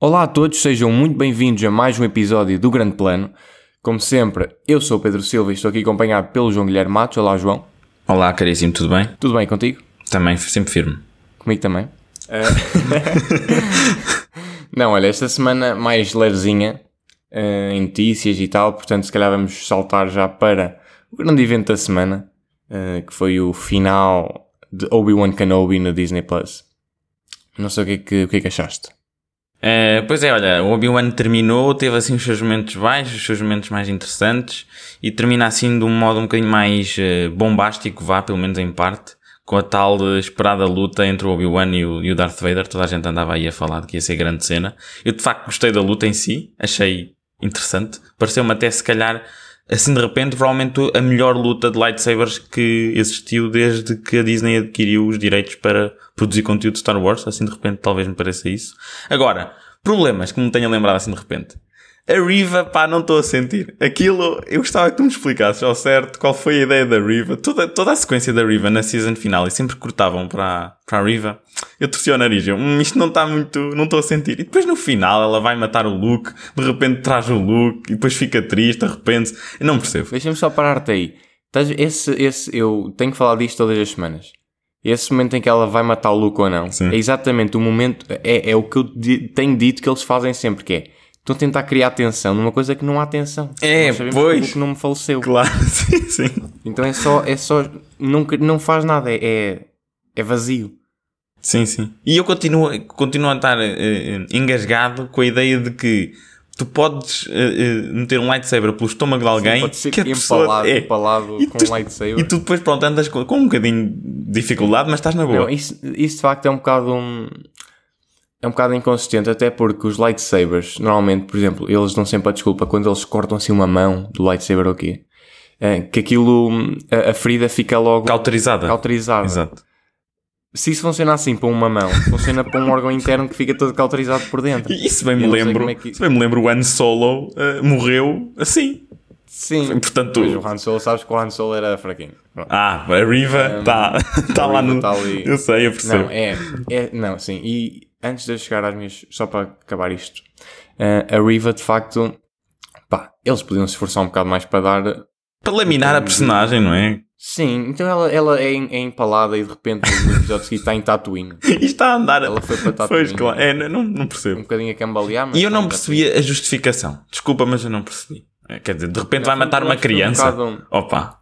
Olá a todos, sejam muito bem-vindos a mais um episódio do Grande Plano. Como sempre, eu sou o Pedro Silva e estou aqui acompanhado pelo João Guilherme Matos. Olá, João. Olá, caríssimo, tudo bem? Tudo bem contigo? Também, sempre firme. Comigo também. Eh, Não, olha, esta semana mais levezinha eh, em notícias e tal, portanto, se calhar vamos saltar já para o grande evento da semana, eh, que foi o final de Obi-Wan Kenobi no Disney Plus. Não sei o que é que, o que, é que achaste. Eh, pois é, olha, o Obi-Wan terminou, teve assim os seus momentos baixos, os seus momentos mais interessantes e termina assim de um modo um bocadinho mais eh, bombástico, vá, pelo menos em parte, com a tal eh, esperada luta entre o Obi-Wan e, o- e o Darth Vader. Toda a gente andava aí a falar de que ia ser grande cena. Eu de facto gostei da luta em si, achei interessante. Pareceu-me até se calhar, assim de repente, provavelmente a melhor luta de lightsabers que existiu desde que a Disney adquiriu os direitos para produzir conteúdo de Star Wars. Assim de repente, talvez me pareça isso. Agora, problemas que me tenha lembrado assim de repente. A Riva, pá, não estou a sentir. Aquilo, eu gostava que Ah, tu me explicasses ao certo qual foi a ideia da Riva. Toda, toda a sequência da Riva na season final e sempre cortavam para, para a Riva. Eu torci o nariz, eu, hum, isto não está muito, não estou a sentir. E depois no final ela vai matar o Luke, de repente traz o Luke e depois fica triste, arrepende-se. Eu não percebo. Deixa-me só parar-te aí. Estás- Esse, esse, eu tenho que falar disto todas as semanas. Esse momento em que ela vai matar o Luke ou não, Sim. é exatamente o momento, é, é o que eu di- tenho dito que eles fazem sempre, que é, estão a tentar criar tensão numa coisa que não há tensão. É, Nós sabemos que pois. O Luke não me faleceu. Claro, sim, sim. Então é só, é só, não, cri- não faz nada, é, é, é vazio. Sim, sim. E eu continuo, continuo a estar eh, eh, engasgado com a ideia de que tu podes eh, eh, meter um lightsaber pelo estômago de alguém Pode ser que a pessoa empalado, é. empalado E com tu- um lightsaber. E tu depois, pronto, andas com, com um bocadinho de dificuldade, mas estás na boa. Não, isso, isso de facto é um bocado um- é um bocado inconsistente, até porque os lightsabers, normalmente, por exemplo, eles dão sempre a desculpa quando eles cortam assim uma mão do lightsaber ou quê? eh, que aquilo, hum, a, a ferida fica logo Cauterizada. cauterizada. Exato. Se isso funciona assim para uma mão, funciona para um órgão interno que fica todo cauterizado por dentro. E isso bem me Eu não sei lembro. como é que- Se bem me lembro, o Han Solo eh, morreu assim. Sim. Portanto, Pois, o Han Solo, sabes que o Han Solo era fraquinho. Pronto. ah, a Riva está tá lá Um, Riva no. tá ali. eu sei, eu percebo. Não, é, é. Não, sim. E antes de eu chegar às minhas. Só para acabar isto. eh, a Riva, de facto. Pá, eles podiam se esforçar um bocado mais para dar. Para laminar um a personagem, não é? Sim, então ela, ela é, em- é empalada e de repente no episódio seguinte está em Tatooine. E está a andar. Ela tá foi para Pois, Tatooine. claro. É, não, não percebo. Um bocadinho a cambalear, mas. E eu está não em percebi a justificação. Desculpa, mas eu não percebi. É, Quer dizer, de repente vai foi um matar uma bocado- foi um criança. bocado- Opa.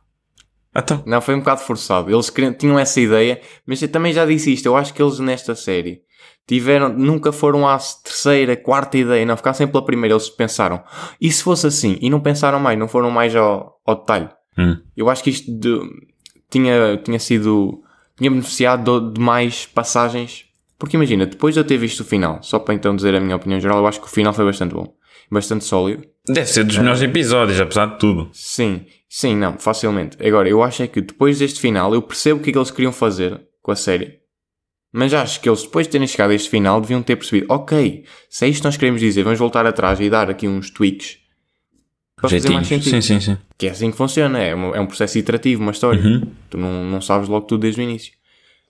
Então, Não, foi um bocado forçado. Eles queriam- tinham essa ideia, mas eu também já disse isto. Eu acho que eles nesta série tiveram, nunca foram à terceira, quarta ideia, não ficaram sempre pela primeira. Eles pensaram, e se fosse assim? E não pensaram mais, não foram mais ao, ao detalhe. Hum. Eu acho que isto de- tinha, tinha sido, tinha beneficiado do- de, mais passagens. Porque imagina, depois de eu ter visto o final, só para então dizer a minha opinião geral, eu acho que o final foi bastante bom, bastante sólido. deve ser É. dos melhores episódios, apesar de tudo. Sim, sim, não, facilmente. Agora, eu acho é que depois deste final, eu percebo o que é que eles queriam fazer com a série, mas acho que eles, depois de terem chegado a este final, deviam ter percebido: ok, se é isto que nós queremos dizer, vamos voltar atrás e dar aqui uns tweaks para fazer mais Jeitinhos. sentido. Sim, sim, sim. Que é assim que funciona, é um, é um processo iterativo, uma história. Uhum. Tu não, não sabes logo tudo desde o início.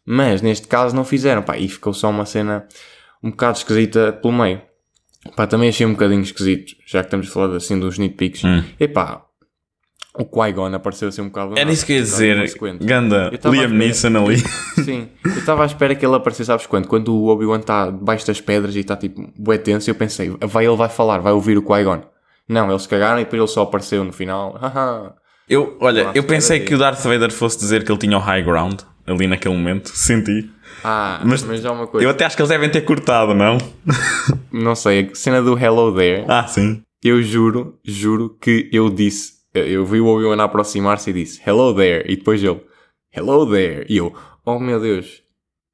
Mas neste caso não fizeram, pá, e ficou só uma cena um bocado esquisita pelo meio. Pá, também achei um bocadinho esquisito, já que estamos a falar assim dos nitpicks. Hum. Epá, o Qui-Gon apareceu assim um bocado. do Era nada, isso que eu ia um bocado dizer. inconsequente. Ganda Eu tava à Liam Neeson espera. ali. Sim, eu estava à espera que ele aparecesse, sabes quando? Quando o Obi-Wan está debaixo das pedras e está tipo bué tenso, eu pensei, vai ele vai falar, vai ouvir o Qui-Gon. Não, eles cagaram e depois ele só apareceu no final. Ah, Haha. Eu, olha, eu espera pensei aí. que o Darth Vader fosse dizer que ele tinha o high ground ali naquele momento. Senti. ah, mas, Mas- já uma coisa. Eu até acho que eles devem ter cortado, não? Não sei, a cena do Hello There, Ah, sim. eu juro, juro que eu disse, eu vi o Obi-Wan a aproximar-se e disse Hello There, e depois ele Hello There, e eu, oh meu Deus,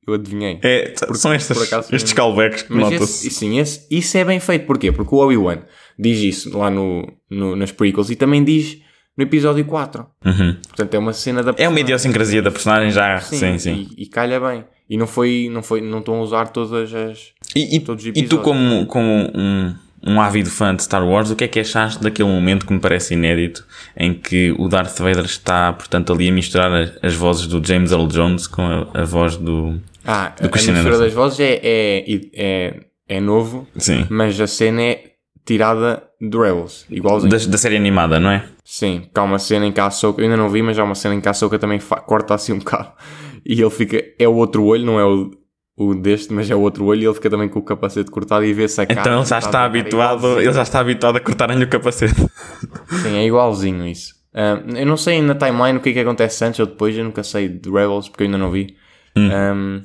eu adivinhei. É, t- são estas, por acaso- estes callbacks que Mas notas. esse, sim, esse, isso é bem feito, porquê? Porque o Obi-Wan diz isso lá no, no- nas prequels e também diz no episódio 4. Uhum. Portanto, é uma cena da É uma idiosincrasia da personagem já. Sim, sim. E, e calha bem. E não foi, não foi, não estão a usar todas as... E, e- Todos os e tu, episódios. como, como um, um ávido fã de Star Wars, o que é que achaste daquele momento que me parece inédito em que o Darth Vader está, portanto, ali a misturar as, as vozes do James Earl Jones com a, a voz do. Ah, Do a Christian mistura Anderson. das vozes é, é, é, é novo, Sim. mas a cena é tirada do Rebels, igualzinho. Da, da série animada, não é? Sim, que há uma cena em que a Ahsoka, eu ainda não vi, mas há uma cena em que a Ahsoka também fa- corta assim um bocado e ele fica, é o outro olho, não é o, o deste, mas é o outro olho e ele fica também com o capacete cortado e vê-se a cara. Então ele já está cortada, habituado, é ele já está habituado a cortarem-lhe o capacete. igualzinho. Sim, é igualzinho isso. Ahm, eu não sei na timeline o que é que acontece antes ou depois, eu nunca sei de Rebels porque eu ainda não vi. Hum. Ahm,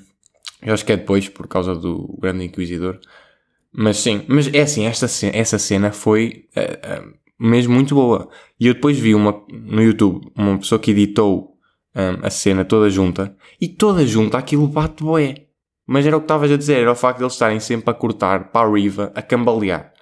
eu acho que é depois, por causa do Grande Inquisidor. Mas sim, mas é assim, esta cena, essa cena foi eh, eh, mesmo muito boa. E eu depois vi uma, no YouTube uma pessoa que editou eh, a cena toda junta e toda junta aquilo bate boé. Mas era o que estavas a dizer, era o facto de eles estarem sempre a cortar para a Riva, a cambalear.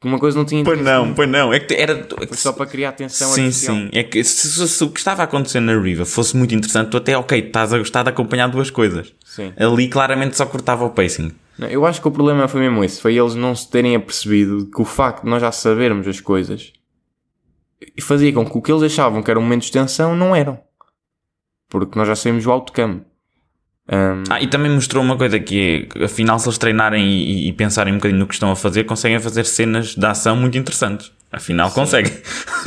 Que Uma coisa não tinha Pois interesse não, pois não. É que era. nenhum, só para criar atenção Sim, artificial. sim. É que se, se- se o que estava a acontecer na Riva fosse muito interessante, tu até, ok, estás a gostar de acompanhar duas coisas. Sim. Ali claramente só cortava o pacing. Não, Eu acho que o problema foi mesmo esse. Foi eles não se terem apercebido que o facto de nós já sabermos as coisas fazia com que o que eles achavam que era um momento de extensão não eram. Porque nós já sabemos o outcome. Ah, e também mostrou uma coisa que é, afinal, se eles treinarem e, e pensarem um bocadinho no que estão a fazer, conseguem fazer cenas de ação muito interessantes. Afinal, conseguem.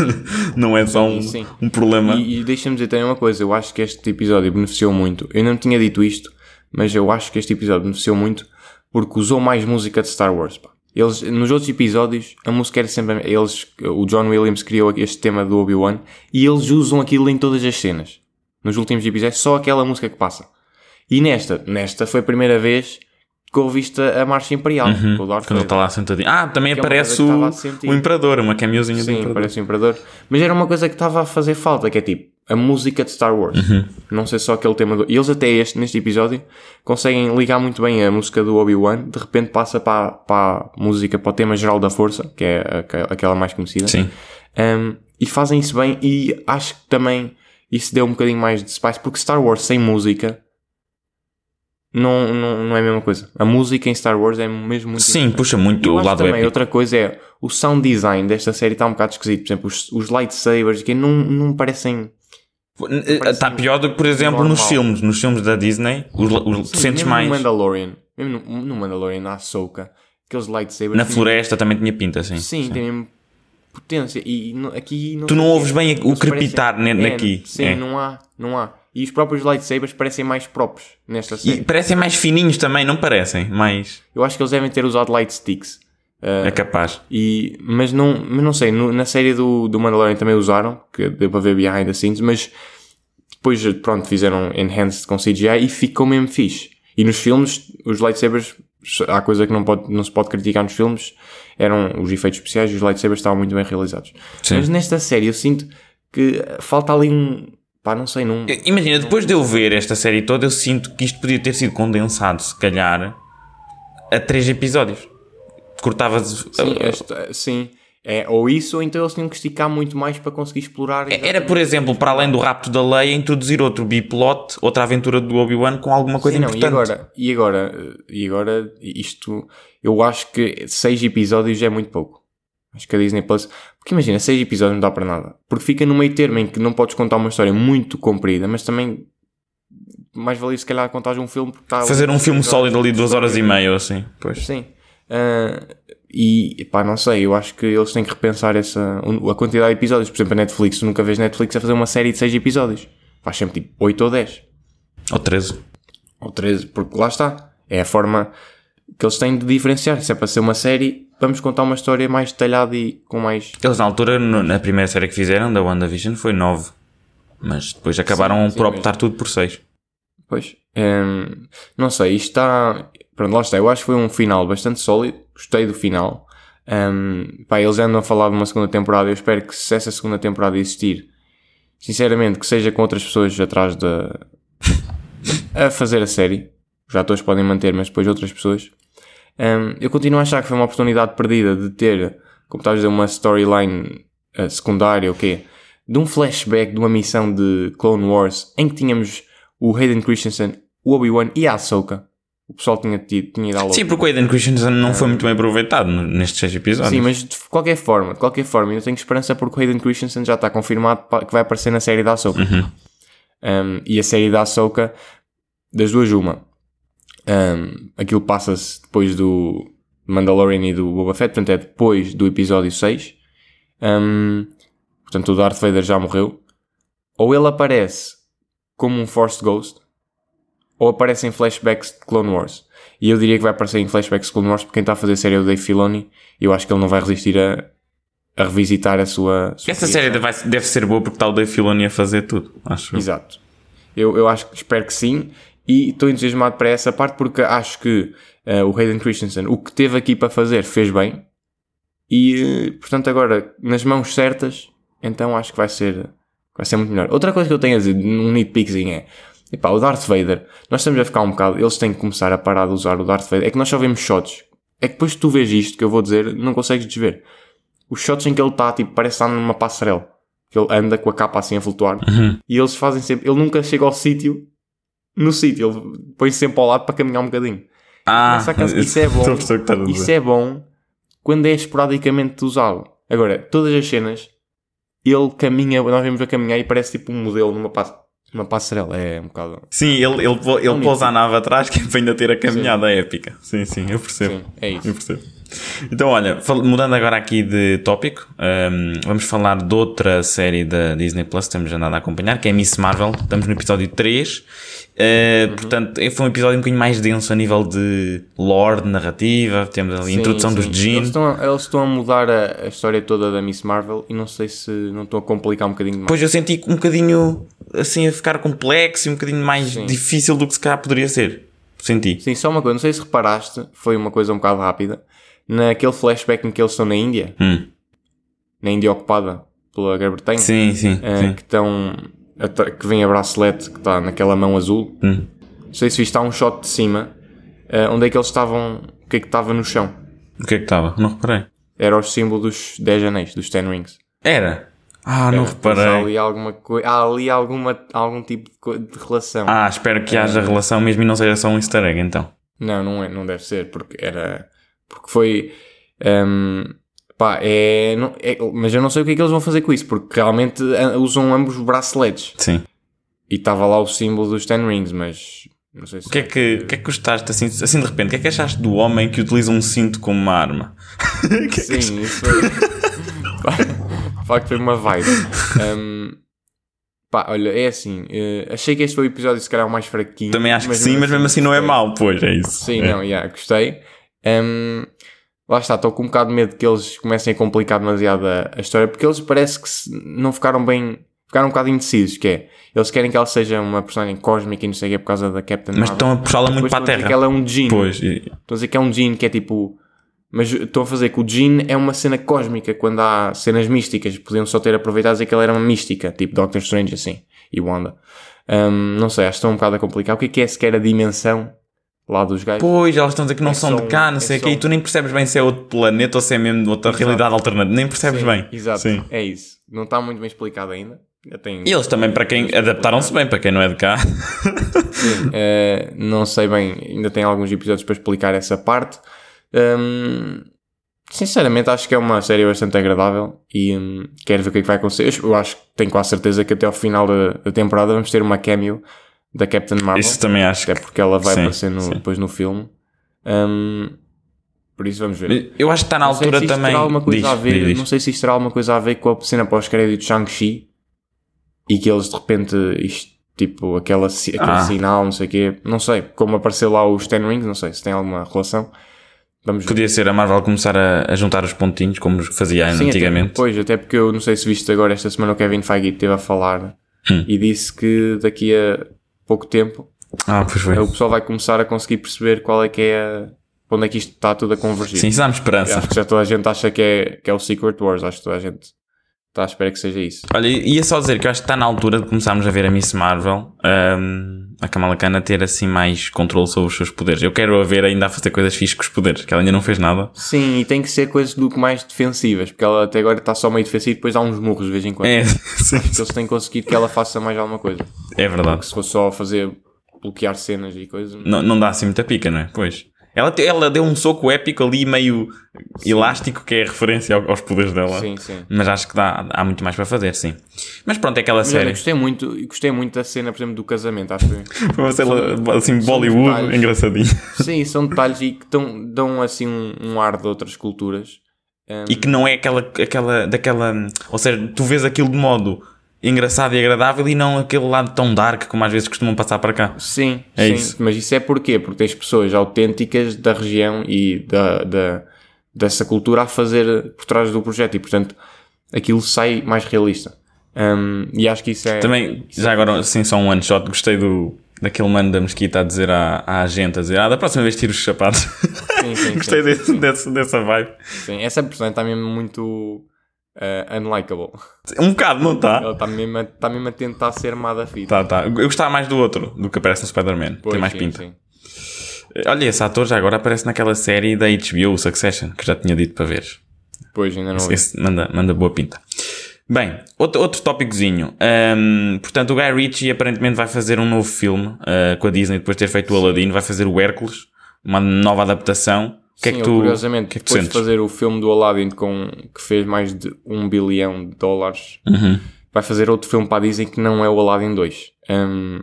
não é só um, Sim, sim. um problema. E, e deixa-me dizer também uma coisa. Eu acho que este episódio beneficiou muito. Eu não tinha dito isto, mas eu acho que este episódio beneficiou muito porque usou mais música de Star Wars. pá. Eles, nos outros episódios, a música era sempre. a me- Eles, o John Williams criou este tema do Obi-Wan e eles usam aquilo em todas as cenas. Nos últimos episódios, só aquela música que passa. E nesta, nesta foi a primeira vez que ouviste a a Marcha Imperial. com o Darth Quando ele Vader. está lá sentadinho. Ah, também Que é uma aparece coisa que o, estava a sentir. o Imperador, uma cameozinha do Sim, Imperador. parece o Imperador. Mas era uma coisa que estava a fazer falta, que é tipo a música de Star Wars. Uhum. Não sei só aquele tema do. E eles até este, neste episódio, conseguem ligar muito bem a música do Obi-Wan, de repente passa para, a- para a música, para o tema geral da força, que é aqua- aquela mais conhecida. Sim. Um, e fazem isso bem e acho que também isso deu um bocadinho mais de spice, porque Star Wars sem música. Não, não, não é a mesma coisa. A música em Star Wars é mesmo muito Sim, puxa muito eu o acho lado também, épico. outra coisa é o sound design desta série está um bocado esquisito. Por exemplo, os, os lightsabers que não, não parecem. parece Está eh, tá pior do que, por exemplo, nos normal. filmes. Nos filmes da Disney, os, la- os- tu sentes mesmo mais. No Mandalorian, mesmo no, no Mandalorian, na Ahsoka, aqueles lightsabers. Na têm- floresta também tinha pinta, assim. Sim, tem mesmo potência. E no- aqui Tu não ouves bem o eles parecem- crepitar ne- é, naqui. Sim, é. não há, não há. E os próprios lightsabers parecem mais próprios nesta série. E parecem mais fininhos também, não parecem? Mais. Eu acho que eles devem ter usado light sticks. É capaz. E, mas, não, mas não sei, no- na série do, do Mandalorian também usaram, que deu para ver behind the scenes, mas depois, pronto, fizeram enhanced com CGI e ficou mesmo fixe. E nos filmes, os lightsabers, há coisa que não, pode, não se pode criticar nos filmes, eram os efeitos especiais e os lightsabers estavam muito bem realizados. Sim. Mas nesta série eu sinto que falta ali um. pá, não sei, num. Imagina, depois de eu ver esta série toda, eu sinto que isto podia ter sido condensado, se calhar, a três episódios. eh, Cortavas. Sim, esta- sim. É, ou isso, ou então eles tinham que esticar muito mais para conseguir explorar. Era, por exemplo, para além do rapto da lei, introduzir outro biplot, outra aventura do Obi-Wan com alguma coisa Sim, não, importante. e agora, e agora, eh, e agora, isto, eu acho que seis episódios já é muito pouco. Acho que a Disney Plus, porque imagina, seis episódios não dá para nada. Porque fica no meio termo em que não podes contar uma história muito comprida, mas também mais valia se calhar contares um filme porque está Fazer um filme sólido ali de duas horas e meia ou assim. Pois. Sim. Ah, e pá, não sei, eu acho que eles têm que repensar essa, a quantidade de episódios. Por exemplo, a Netflix, tu nunca vês Netflix a fazer uma série de seis episódios. Faz sempre tipo 8 ou 10 Ou 13. ou 13, porque lá está. É a forma que eles têm de diferenciar. Se é para ser uma série, vamos contar uma história mais detalhada e com mais. Eles na altura, no- na primeira série que fizeram, da WandaVision, foi 9. Mas depois acabaram sim por mesmo. optar tudo por 6. Pois. hum, não sei, isto está. Pronto, lá está. Eu acho que foi um final bastante sólido. Gostei do final. Hum, pá, eles andam a falar de uma segunda temporada. Eu espero que se essa segunda temporada existir, sinceramente, que seja com outras pessoas atrás da. a fazer a série. Os atores podem manter, mas depois outras pessoas. Hum, eu continuo a achar que foi uma oportunidade perdida de ter, como estás a dizer, uma storyline eh, secundária, o quê? De um flashback de uma missão de Clone Wars em que tínhamos o Hayden Christensen, o Obi-Wan e a Ahsoka. o pessoal tinha, tido, tinha ido à loucura. Sim, porque o Aiden Christensen não foi muito bem aproveitado no- nestes seis episódios. É. Sim, mas de qualquer forma, de qualquer forma, eu tenho esperança porque o Hayden Christensen já está confirmado pa- que vai aparecer na série da Ahsoka. Um, e a série da Ahsoka, das duas, uma. Um, aquilo passa-se depois do Mandalorian e do Boba Fett, portanto é depois do episódio 6. Um, portanto, o Darth Vader já morreu. Ou ele aparece como um Forced Ghost, ou aparece em flashbacks de Clone Wars. E eu diria que vai aparecer em flashbacks de Clone Wars porque quem está a fazer a série é o Dave Filoni. E eu acho que ele não vai resistir a, a revisitar a sua. sua Essa criação. série deve, deve ser boa porque está o Dave Filoni a fazer tudo, acho. eu. Exato. Eu, eu acho que espero que sim. E estou entusiasmado para essa parte porque acho que eh, o Hayden Christensen, o que teve aqui para fazer, fez bem. E eh, portanto, agora nas mãos certas, então acho que vai ser, vai ser muito melhor. Outra coisa que eu tenho a dizer, num nitpickzinho, é epá, o Darth Vader. Nós estamos a ficar um bocado, eles têm que começar a parar de usar o Darth Vader. É que nós só vemos shots. É que depois que tu vês isto que eu vou dizer, não consegues desver. Os shots em que ele está, tipo, parece estar numa passarela. Que ele anda com a capa assim a flutuar. E eles fazem sempre. Ele nunca chega ao sítio. No sítio. Ele põe sempre ao lado para caminhar um bocadinho. Ah, Mas, acaso, isso é bom. estou a perceber o que estás a dizer. Isso é bom quando é esporadicamente usado. Agora, todas as cenas, ele caminha. Nós vemos a caminhar e parece tipo um modelo numa, pa- numa passarela. É um bocado. Sim, ele, ele, pô- É um ele pôs a nave atrás que é para ainda ter a caminhada épica. Sim, sim, eu percebo. Sim, é isso. Eu percebo. Então, olha, fal- mudando agora aqui de tópico, hum, vamos falar de outra série da Disney Plus que temos andado a acompanhar, que é Miss Marvel. Estamos no episódio 3. Uhum. Uh, Portanto, foi um episódio um bocadinho mais denso a nível de lore, de narrativa. Temos ali a Sim, introdução sim. dos Jean. Eles estão, a, eles estão a mudar a, a história toda da Miss Marvel e não sei se não estão a complicar um bocadinho mais. Depois eu senti um bocadinho assim a ficar complexo e um bocadinho mais difícil do que se calhar poderia ser. Senti. Sim, só uma coisa, não sei se reparaste, foi uma coisa um bocado rápida. Naquele flashback em que eles estão na Índia, Hum. na Índia ocupada pela Grã-Bretanha, Sim, sim. eh, sim. que estão. a tra- que vem a bracelete que está naquela mão azul. Hum. Não sei se viste, há um shot de cima eh, onde é que eles estavam. O que é que estava no chão? O que é que estava? Não reparei. Era o símbolo dos 10 anéis, dos Ten Rings. Era? Ah, não Há reparei. ali alguma coisa. Há ali alguma, algum tipo de, co- de relação. Ah, espero que haja relação mesmo e não seja só um easter egg então. Não, não, é, não deve ser, porque era. Porque foi. hum, pá, é, não- é- Mas eu não sei o que é que eles vão fazer com isso, porque realmente ah, usam ambos braceletes. Sim. E estava lá o símbolo dos Ten Rings, mas. Não sei se. O que é que, o que, é que gostaste assim, assim de repente? O que é que achaste do homem que utiliza um cinto como uma arma? Sim, isso foi. Pá, de facto, foi uma vibe. Hum, pá, olha, é assim. eh, achei que este foi o episódio, se calhar, o mais fraquinho. Também acho que sim, mas mesmo assim não é mau, pois, é isso. Sim, É. não, yeah, gostei. Hum, lá está, estou com um bocado de medo que eles comecem a complicar demasiado a, a história, porque eles parece que se- não ficaram bem, ficaram um bocado indecisos, que é, eles querem que ela seja uma personagem cósmica e não sei o que é por causa da Captain Mas estão a puxá-la muito Depois para a estão a dizer terra. que ela é um Jean. Pois, e- Estão a dizer que é um Jean que é tipo... Mas estão a fazer que o Jean é uma cena cósmica quando há cenas místicas. Podiam só ter aproveitado a dizer que ela era uma mística, tipo Doctor Strange assim, e Wanda. Hum, não sei, acho que estão um bocado a complicar. O que é que é sequer a dimensão lá dos gajos? pois, elas estão a dizer que não são só de cá, um- não é sei o só quê, e um- tu nem percebes bem se é outro planeta ou se é mesmo de outra realidade alternativa. Nem percebes bem. Exato, Sim. é isso. Não está muito bem explicado ainda. Eu tenho... E eles também, para quem adaptaram-se bem, para quem não é de cá. Tá Eh, não sei bem, ainda tem alguns episódios para explicar essa parte. Hum, sinceramente, acho que é uma série bastante agradável e hum, quero ver o que é que vai acontecer. Eu acho que tenho quase certeza que até ao final da, da temporada vamos ter uma cameo da Captain Marvel, Isso também acho que até porque ela vai Sim, aparecer no- sim. depois no filme. Hum, por isso vamos ver. Eu acho que está na Não sei altura se isto também. Terá alguma coisa Diz, a ver, diz, diz. Não sei se isto terá alguma coisa a ver com a cena pós-crédito de Shang-Chi e que eles de repente, isto, tipo, aquela, si- aquele Ah. sinal, não sei o quê. Não sei, como apareceu lá os Ten Rings, não sei se tem alguma relação. Vamos ver. Podia ser a Marvel começar a, a juntar os pontinhos, como fazia Sim, Até, antigamente. pois, até porque eu não sei se viste agora esta semana o Kevin Feige esteve a falar Hum. e disse que daqui a pouco tempo Ah, pois foi. eh, o pessoal vai começar a conseguir perceber qual é que é a- onde é que isto está tudo a convergir. Sim, isso dá-me Eu esperança. É, Acho que já toda a gente acha que é, que é o Secret Wars, acho que toda a gente está à espera que seja isso. Olha, ia só dizer que eu acho que está na altura de começarmos a ver a Miss Marvel, ahm, a Kamala Khan a ter assim mais controle sobre os seus poderes. Eu quero a ver ainda a fazer coisas fixas com os poderes, que ela ainda não fez nada. Sim, e tem que ser coisas do que mais defensivas, porque ela até agora está só meio defensiva e depois dá uns murros de vez em quando. É, sim, Porque eles têm conseguido que ela faça mais alguma coisa. é verdade. Se fosse só fazer bloquear cenas e coisas. Não, não dá assim muita pica, não é? Pois. Ela, te- ela deu um soco épico ali, meio elástico, que é a referência ao- aos poderes dela. Sim, sim. Mas acho que dá, há muito mais para fazer, sim. Mas pronto, é aquela Mas olha, série. gostei muito, gostei muito da cena, por exemplo, do casamento, acho que. Foi uma série assim, Bollywood, detalhes. engraçadinha. Sim, são detalhes e que dão, dão assim um, um ar de outras culturas. E que não é aquela, aquela, daquela. Ou seja, tu vês aquilo de modo engraçado e agradável e não aquele lado tão dark como às vezes costumam passar para cá. Sim, É sim. isso. Mas isso é porquê? Porque tens pessoas autênticas da região e da, da, dessa cultura a fazer por trás do projeto e, portanto, aquilo sai mais realista. Ahm, e acho que isso é. Também, já agora, assim, só um one shot, gostei do. Daquele mano da mesquita a dizer à, à agente, a dizer, ah, da próxima vez tiro os sapatos. Sim, sim, Gostei sim, desse, desse- dessa vibe. sim. Essa personagem está mesmo muito ah, unlikable. Um bocado, não está? Ela está mesmo, a- está mesmo a tentar ser amada fita. Tá, tá. Eu gostava mais do outro, do que aparece no Spider-Man. Tem mais sim, pinta. sim. Olha, esse ator já agora aparece naquela série da HBO, o Succession, que eu já tinha dito para ver. Pois, ainda não. vi. Esse manda, manda boa pinta. Bem, outro, outro tópicozinho. Ahm, portanto, o Guy Ritchie aparentemente vai fazer um novo filme ah, com a Disney, depois de ter feito o Aladdin, vai fazer o Hércules, uma nova adaptação. O Sim, que é que eu, tu, curiosamente, o que é que tu depois de sentes? fazer o filme do Aladdin com, que fez mais de um bilhão de dólares, Uhum. vai fazer outro filme para a Disney que não é o Aladdin 2. Hum,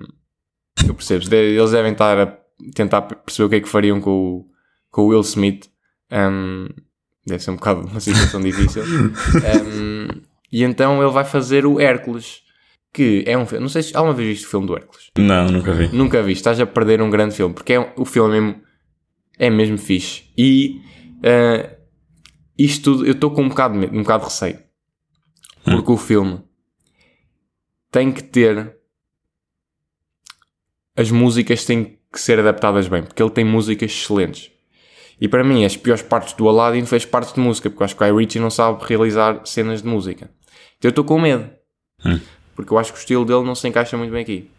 eu percebo. De- Eles devem estar a tentar perceber o que é que fariam com o, com o Will Smith. Hum, deve ser um bocado uma situação difícil. Hum, e então ele vai fazer o Hércules, que é um filme. Não sei se alguma vez viste o filme do Hércules. Não, nunca vi. Nunca vi, estás a perder um grande filme, porque é um- o filme é mesmo, é mesmo fixe. E ah, isto tudo, eu estou com um bocado de medo, um bocado de receio. Porque o filme tem que ter. As músicas têm que ser adaptadas bem, porque ele tem músicas excelentes. E para mim, as piores partes do Aladdin foi as partes de música, porque eu acho que o Guy Ritchie não sabe realizar cenas de música. Então eu estou com medo. Porque eu acho que o estilo dele não se encaixa muito bem aqui.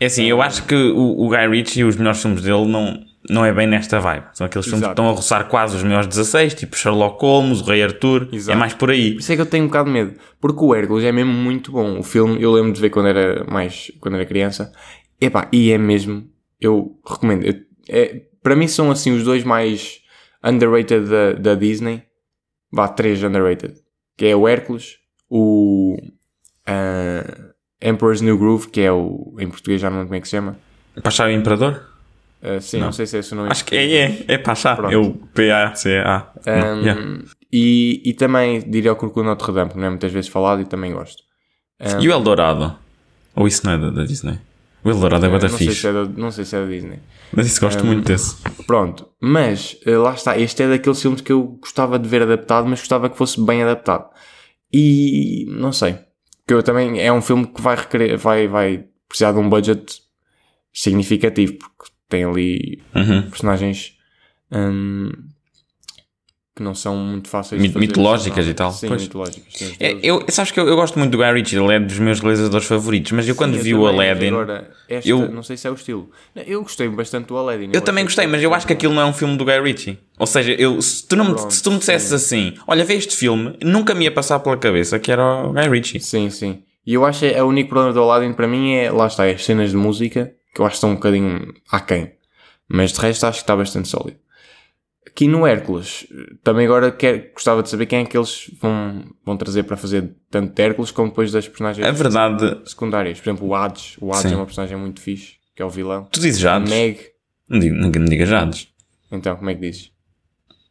É assim, eu acho que o, o Guy Ritchie e os melhores filmes dele não, não é bem nesta vibe. São aqueles filmes Exato. que estão a roçar quase os melhores 16, tipo Sherlock Holmes, o Rei Arthur. Exato. É mais por aí. Por isso é que eu tenho um bocado de medo. Porque o Hércules é mesmo muito bom. O filme, eu lembro de ver quando era mais, quando era criança. Epá, e é mesmo, eu recomendo. Eu- é, para mim são assim os dois mais underrated da, da Disney. Vá, três underrated. Que é o Hércules, o ah, Emperor's New Groove, que é o, em português já não lembro como é que se chama. Pachá o Imperador? Ah, sim, não. sei se é esse o nome. em Acho que é, é, é Pachá. Pronto. É o P-A-C-A. Não, Um, yeah. e, e também diria o Curcú Notre Dame, que não é muitas vezes falado e também gosto. E o Eldorado? Ou isso não é da, da Disney? O Eldorado é bué da não, sei fixe. se é da, não sei se é da Disney. Mas isso gosto muito desse. Pronto, mas eh, lá está, este é daqueles filmes que eu gostava de ver adaptado, mas gostava que fosse bem adaptado. E não sei, que eu também é um filme que vai requerer, vai, vai precisar de um budget significativo, porque tem ali Uhum. personagens hum, que não são muito fáceis Mi- de fazer. mitológicas e tal, Sim, pois. mitológicas. sim, os É, deuses. eu, sabes que eu, eu gosto muito do Guy Ritchie, ele é dos meus realizadores favoritos, mas eu quando Sim, vi o também, Aladdin. Agora, esta, eu- não sei se é o estilo. Não, Eu gostei bastante do Aladdin. Eu também gostei, mas eu acho que aquilo não é um filme do Guy Ritchie. Ou seja, eu, se, tu não, me- se tu me dissesses assim, olha, vê este filme, nunca me ia passar pela cabeça que era o Guy Ritchie. Sim, sim. E eu acho que é o único problema do Aladdin para mim é, lá está, é as cenas de música, que eu acho que estão um bocadinho aquém. Mas de resto acho que está bastante sólido. Aqui no Hércules, também agora quer, gostava de saber quem é que eles vão, vão trazer para fazer tanto de Hércules como depois das personagens A verdade, secundárias. Por exemplo, o Hades. O Hades É Sim. é uma personagem muito fixe, que é o vilão. tu dizes A Jades. Meg. Não digo, não, não diga Jades. Então, como é que dizes?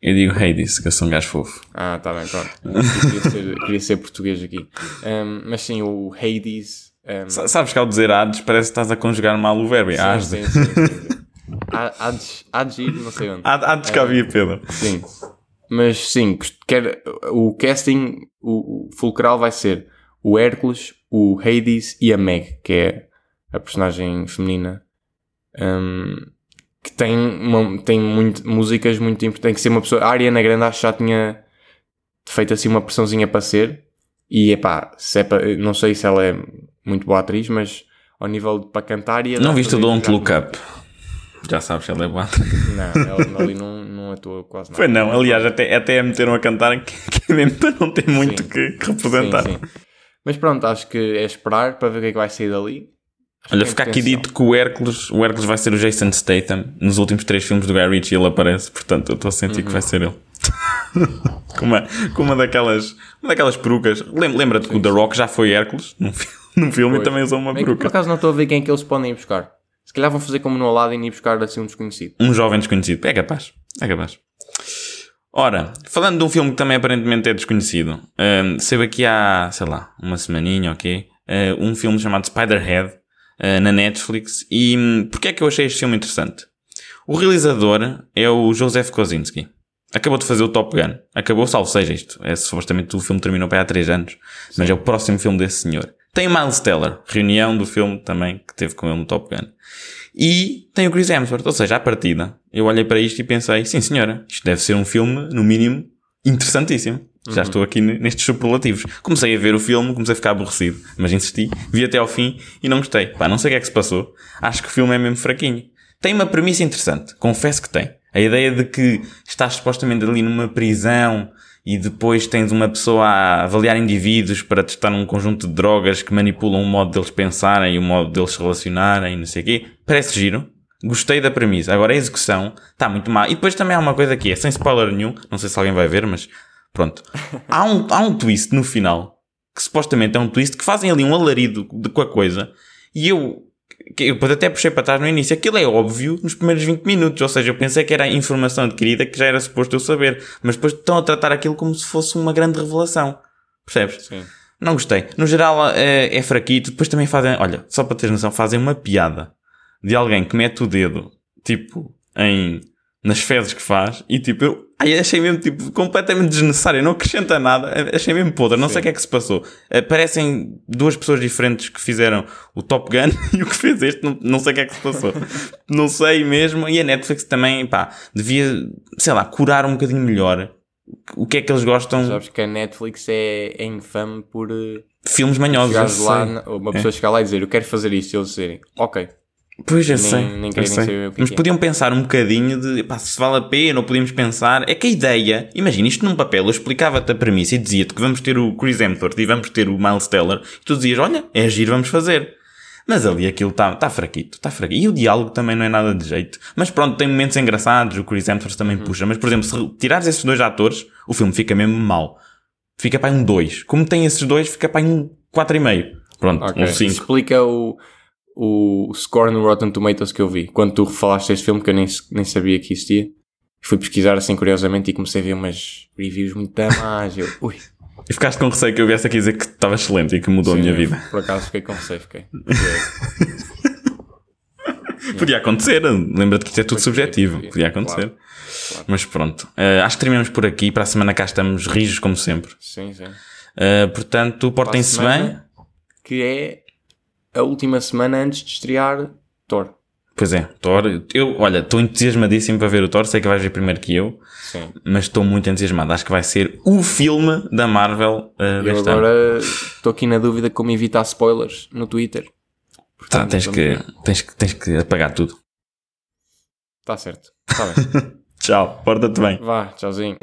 Eu digo Hades, que eu sou um gajo fofo. Ah, tá bem, pronto. Eu queria, ser, queria ser português aqui. Ahm, mas sim, o Hades. ahm, Sa- Sabes que ao dizer Hades parece que estás a conjugar mal o verbo. é Hades. Hum. Sim, sim, sim, sim. Há- há de- há de ir, não sei onde. Há de É. que havia, Pedro. Sim. Mas sim, gost- quer, o casting, o, o fulcral vai ser o Hércules, o Hades e a Meg, que é a personagem feminina. hum, que tem, uma- tem muito, músicas muito importantes. Tem que ser uma pessoa. A Ariana Grande acho que já tinha feito assim uma pressãozinha para ser. E epá, se é pa- não sei se ela é muito boa atriz, mas ao nível de para cantar. ia dar Não viste o para ver Don't já- Look Up? Já sabes que ele é boa. Não, ela ali não, não atua quase nada. Foi não, aliás, até, até a meteram a cantar que, que mesmo para não ter muito Sim. que, que representar. Sim, sim. Mas pronto, acho que é esperar para ver o que é que vai sair dali. Olha, fica aqui atenção. dito que o Hércules, o Hércules vai ser o Jason Statham. Nos últimos três filmes do Guy Ritchie ele aparece, portanto eu estou a sentir que vai Uhum. ser ele. com, uma, com uma daquelas uma daquelas perucas. Lem- Lembra-te que o The Rock já foi Hércules num, fi- num filme e Pois. também usou uma Bem que Por peruca. acaso não estou a ver quem é que eles podem ir buscar. Se calhar vão fazer como no Aladdin e ir buscar assim um desconhecido. Um jovem desconhecido. É capaz. É capaz. Ora, falando de um filme que também aparentemente é desconhecido, hum, saiu aqui há, sei lá, uma semaninha, ok? eh, um filme chamado Spider-Head eh, na Netflix. E hum, porquê é que eu achei este filme interessante? O realizador é o Joseph Kosinski. Acabou de fazer o Top Gun. Acabou, salvo seja isto. É, supostamente o filme terminou para aí há 3 anos. Mas é o próximo filme desse senhor. Tem o Miles Teller, reunião do filme também, que teve com ele no Top Gun. E tem o Chris Hemsworth, ou seja, à partida. Eu olhei para isto e pensei, sim senhora, isto deve ser um filme, no mínimo, interessantíssimo. Já estou aqui ne- nestes superlativos. Comecei a ver o filme, comecei a ficar aborrecido, mas insisti, vi até ao fim e não gostei. Pá, não sei o que é que se passou. Acho que o filme é mesmo fraquinho. Tem uma premissa interessante, confesso que tem. A ideia de que estás supostamente ali numa prisão e depois tens uma pessoa a avaliar indivíduos para testar um conjunto de drogas que manipulam o modo deles pensarem e o modo deles se relacionarem e não sei o quê. Parece giro. Gostei da premissa. Agora a execução está muito má. E depois também há uma coisa que é, sem spoiler nenhum, não sei se alguém vai ver, mas pronto. Há um, há um twist no final, que supostamente é um twist, que fazem ali um alarido de, com a coisa. E eu, que eu depois até puxei para trás no início. Aquilo é óbvio nos primeiros 20 minutos. Ou seja, eu pensei que era informação adquirida que já era suposto eu saber. Mas depois estão a tratar aquilo como se fosse uma grande revelação. Percebes? Sim. Não gostei. No geral eh, é, fraquito. Depois também fazem, olha, só para teres noção, fazem uma piada de alguém que mete o dedo, tipo, em, nas fezes que faz e tipo, eu ai, achei mesmo tipo, completamente desnecessário. Não acrescenta nada. eh, Achei mesmo podre. Não sei o que é que se passou. Eh, parecem duas pessoas diferentes que fizeram o Top Gun e o que fez este. Não, não sei o que é que se passou. não sei mesmo. E a Netflix também, pá, devia, sei lá, curar um bocadinho melhor. O que é que eles gostam? Sabes que a Netflix é, é infame por eh, Filmes manhosos. eu chegares lá, sei. É. na- uma pessoa chegar lá e dizer eu quero fazer isto e eles dizerem ok. Pois, eu Nem- sei. nem eu querem sei. saber o que Mas é. podiam pensar um bocadinho de pá, se vale a pena, ou podíamos pensar. É que a ideia, imagina isto num papel, eu explicava-te a premissa e dizia-te que vamos ter o Chris Hemsworth e vamos ter o Miles Teller, e tu dizias: Olha, é agir, vamos fazer. Mas ali aquilo está tá fraquito, está fraquito. E o diálogo também não é nada de jeito. Mas pronto, tem momentos engraçados, o Chris Hemsworth Uhum. também puxa. Mas, por exemplo, se tirares esses dois atores, o filme fica mesmo mau. Fica para aí um 2. Como tem esses dois, fica para aí um 4,5. Pronto, ok. um 5. Explica o, o score no Rotten Tomatoes que eu vi. Quando tu falaste deste filme que eu nem, nem sabia que existia. Fui pesquisar assim curiosamente e comecei a ver umas reviews muito da mais. Eu, ui, E ficaste com receio que eu viesse aqui dizer que estava excelente e que mudou Sim, a minha eu, vida. Por acaso fiquei com receio, fiquei. Podia acontecer, lembra-te que isto é tudo subjetivo. podia, Podia acontecer. Mas pronto, Eh, acho que terminamos por aqui. Para a semana cá estamos rijos, como sempre. Sim, sim. Eh, portanto, portem-se Para a bem. semana, Que é a última semana antes de estrear Thor. Pois é, Thor, eu, olha, estou entusiasmadíssimo para ver o Thor. Sei que vais ver primeiro que eu, Sim. mas estou muito entusiasmado. Acho que vai ser o filme da Marvel eh, Eu deste ano. agora estou aqui na dúvida como evitar spoilers no Twitter. Tá, tens, vamos que, tens, que, tens que apagar tudo. Está Tá certo. Está bem. Tchau, porta-te bem. Vá, tchauzinho.